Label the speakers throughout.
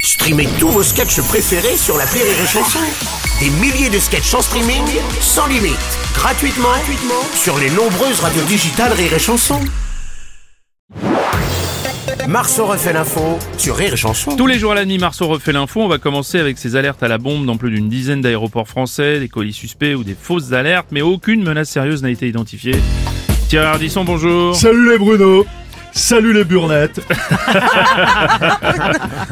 Speaker 1: Streamez tous vos sketchs préférés sur la Rire et Chanson. Des milliers de sketchs en streaming, sans limite, gratuitement, gratuitement sur les nombreuses radios digitales Rire et Chanson. Marceau refait l'info sur Rire et Chanson.
Speaker 2: Tous les jours à la nuit, Marceau refait l'info. On va commencer avec ces alertes à la bombe dans plus d'une dizaine d'aéroports français, des colis suspects ou des fausses alertes, mais aucune menace sérieuse n'a été identifiée. Thierry Ardisson, bonjour.
Speaker 3: Salut les Bruno Salut les burnettes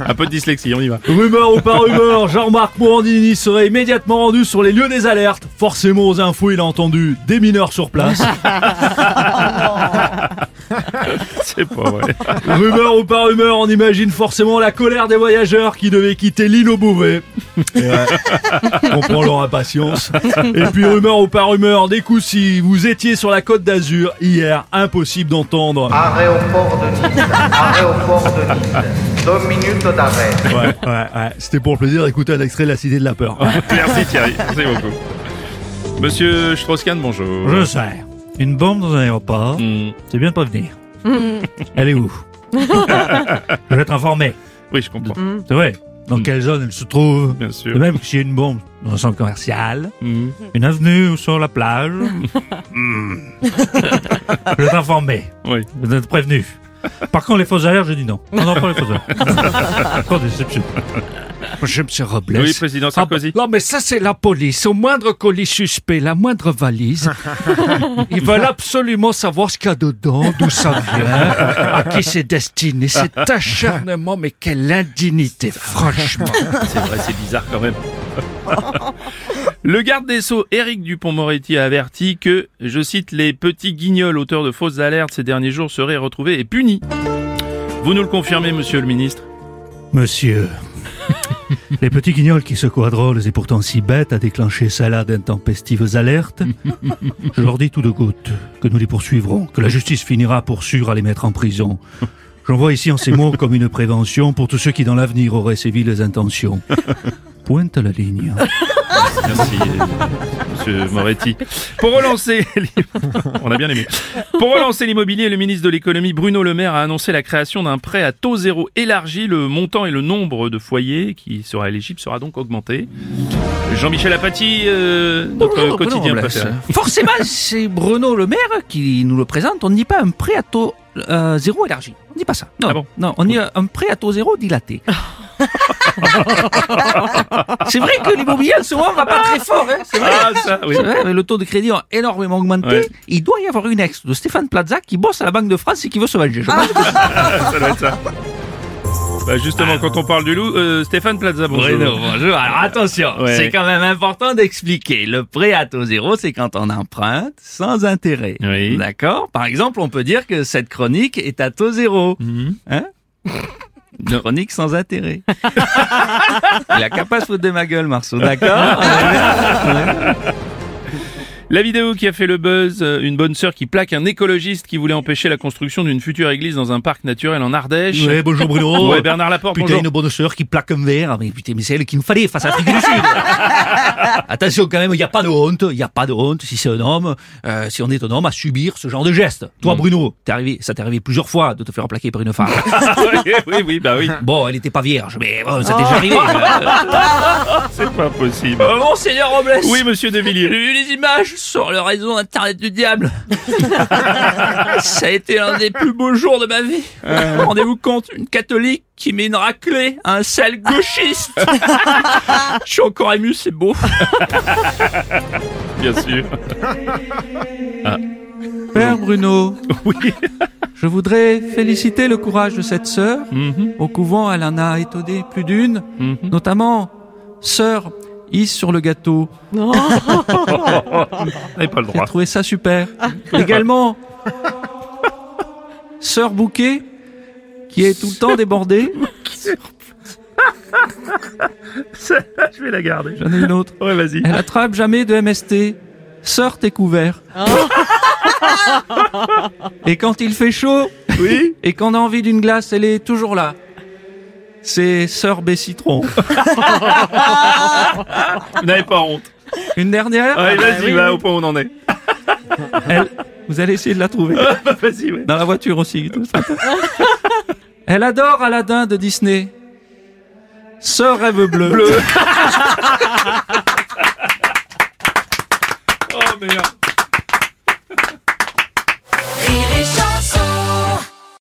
Speaker 2: Un peu de dyslexie, on y va.
Speaker 3: Rumeur ou pas rumeur, Jean-Marc Morandini serait immédiatement rendu sur les lieux des alertes. Forcément aux infos, il a entendu des mineurs sur place.
Speaker 2: C'est pas vrai.
Speaker 3: rumeur ou pas rumeur, on imagine forcément la colère des voyageurs qui devaient quitter l'île au Beauvais. Et ouais, on prend leur impatience. Et puis rumeur ou pas rumeur, des coups si vous étiez sur la côte d'Azur hier, impossible d'entendre.
Speaker 4: Arrêt au port de Nice. Arrêt au port de Nice. Deux minutes d'arrêt.
Speaker 3: Ouais, ouais, ouais. C'était pour le plaisir d'écouter un extrait de La Cité de la Peur.
Speaker 2: Merci Thierry, merci beaucoup. Monsieur Strauss-Kahn, bonjour.
Speaker 3: Je sais. Une bombe dans un aéroport,
Speaker 2: Hmm,
Speaker 3: c'est bien de prévenir. Elle est où Je vais être informé.
Speaker 2: Oui, je comprends,
Speaker 3: C'est vrai. Dans quelle zone elle se trouve
Speaker 2: Mm. bien
Speaker 3: De
Speaker 2: sûr.
Speaker 3: même que s'il y a une bombe dans un centre commercial,
Speaker 2: Hmm,
Speaker 3: une avenue ou sur la plage. hmm, Je vais être informé.
Speaker 2: Oui.
Speaker 3: Je vais être prévenu. Par contre, les fausses alertes, je dis non. On n'en prend les fausses alertes. Encore déception.
Speaker 5: Monsieur, monsieur Robles.
Speaker 2: Oui, président
Speaker 5: Ah bah,
Speaker 2: Sarkozy.
Speaker 5: non, mais ça, c'est la police. Au moindre colis suspect, la moindre valise, ils veulent absolument savoir ce qu'il y a dedans, d'où ça vient, à qui c'est destiné. Cet acharnement, mais quelle indignité, franchement.
Speaker 2: C'est vrai, c'est bizarre quand même. Le garde des Sceaux, Éric Dupont-Moretti, a averti que, je cite, les petits guignols auteurs de fausses alertes ces derniers jours seraient retrouvés et punis. Vous nous le confirmez, monsieur le ministre
Speaker 3: Monsieur, les petits guignols qui se croient drôles et pourtant si bêtes à déclencher salade intempestives alertes, je leur dis tout de goutte que nous les poursuivrons, que la justice finira pour sûr à les mettre en prison. J'envoie ici en ces mots comme une prévention pour tous ceux qui dans l'avenir auraient ces viles intentions. Pointe à la ligne.
Speaker 2: Merci, monsieur Moretti. Pour relancer, l'i- on a bien aimé. Pour relancer l'immobilier, le ministre de l'économie Bruno Le Maire a annoncé la création d'un prêt à taux zéro élargi. Le montant et le nombre de foyers qui sera éligible sera donc augmenté. Jean-Michel Apathy, euh, notre
Speaker 5: Bonjour, Oh, Bruno
Speaker 2: quotidien
Speaker 5: Robles.
Speaker 2: préféré.
Speaker 5: Forcément, c'est Bruno Le Maire qui nous le présente. On ne dit pas un prêt à taux euh, zéro élargi. On ne dit pas ça. Non,
Speaker 2: Ah bon
Speaker 5: non on dit un prêt à taux zéro dilaté. c'est vrai que l'immobilier en ce moment va pas très fort. Hein, c'est vrai.
Speaker 2: Ah, ça, oui.
Speaker 5: C'est vrai, mais le taux de crédit a énormément augmenté.
Speaker 2: Ouais.
Speaker 5: Il doit y avoir une ex de Stéphane Plaza qui bosse à la Banque de France et qui veut se venger. Je pense.
Speaker 2: Ça doit être ça. Bah, justement, quand on parle du loup, euh, Stéphane Plaza, bonjour.
Speaker 6: Bruno, bonjour. Alors attention,
Speaker 2: Ouais.
Speaker 6: c'est quand même important d'expliquer. Le prêt à taux zéro, c'est quand on emprunte sans intérêt.
Speaker 2: Oui.
Speaker 6: D'accord Par exemple, on peut dire que cette chronique est à taux zéro.
Speaker 2: Mhm.
Speaker 6: Hein Une chronique sans intérêt. Il a qu'à pas se foutre de ma gueule, Marceau, d'accord
Speaker 2: La vidéo qui a fait le buzz, euh, une bonne sœur qui plaque un écologiste qui voulait empêcher la construction d'une future église dans un parc naturel en Ardèche.
Speaker 3: Ouais, bonjour Bruno.
Speaker 2: Ouais, Oh, Bernard Laporte,
Speaker 5: Putain,
Speaker 2: bonjour.
Speaker 5: une bonne sœur qui plaque un verre. Ah, Mais putain, mais c'est elle qu'il nous fallait face à l'Afrique du Sud. Attention quand même, il n'y a pas de honte. Il n'y a pas de honte si c'est un homme, euh, si on est un homme à subir ce genre de geste. Toi, Bruno, t'es arrivé, ça t'est arrivé plusieurs fois de te faire plaquer par une femme.
Speaker 2: oui, oui, oui, bah oui,
Speaker 5: bon, elle n'était pas vierge, mais bon,
Speaker 6: Oh.
Speaker 5: ça t'est déjà arrivé.
Speaker 2: c'est pas possible.
Speaker 5: bon, Seigneur
Speaker 6: oh,
Speaker 5: Robles.
Speaker 2: Oh, Oui, monsieur De Villiers.
Speaker 5: J'ai vu les images sur le réseau internet du diable. Ça a été l'un des plus beaux jours de ma vie. Rendez-vous compte, une catholique qui met une raclée à un sale gauchiste. Je suis encore ému, c'est beau.
Speaker 2: Bien sûr.
Speaker 5: Père Bruno,
Speaker 2: Oui.
Speaker 5: je voudrais féliciter le courage de cette sœur.
Speaker 2: Mhm,
Speaker 5: Au couvent, elle en a étonné plus d'une,
Speaker 2: mhm.
Speaker 5: notamment sœur Is sur le gâteau.
Speaker 2: On n'avait pas le
Speaker 5: J'ai
Speaker 2: droit.
Speaker 5: trouvé ça super. Également, Sœur Bouquet, qui est tout le temps débordée.
Speaker 2: Celle-là, je vais la garder.
Speaker 5: J'en ai une autre.
Speaker 2: Ouais, vas-y.
Speaker 5: Elle attrape jamais de MST. Sœur, t'es couvert. Et quand il fait chaud,
Speaker 2: Oui.
Speaker 5: et qu'on a envie d'une glace, elle est toujours là. C'est Sœur B Citron.
Speaker 2: Vous n'avez pas honte.
Speaker 5: Une dernière.
Speaker 2: Allez, vas-y, va au point où on en est.
Speaker 5: Elle- vous allez essayer de la trouver.
Speaker 2: Ah, bah, Vas-y, ouais.
Speaker 5: Dans la voiture aussi. Elle adore Aladdin de Disney. Ce rêve bleu.
Speaker 7: Oh merde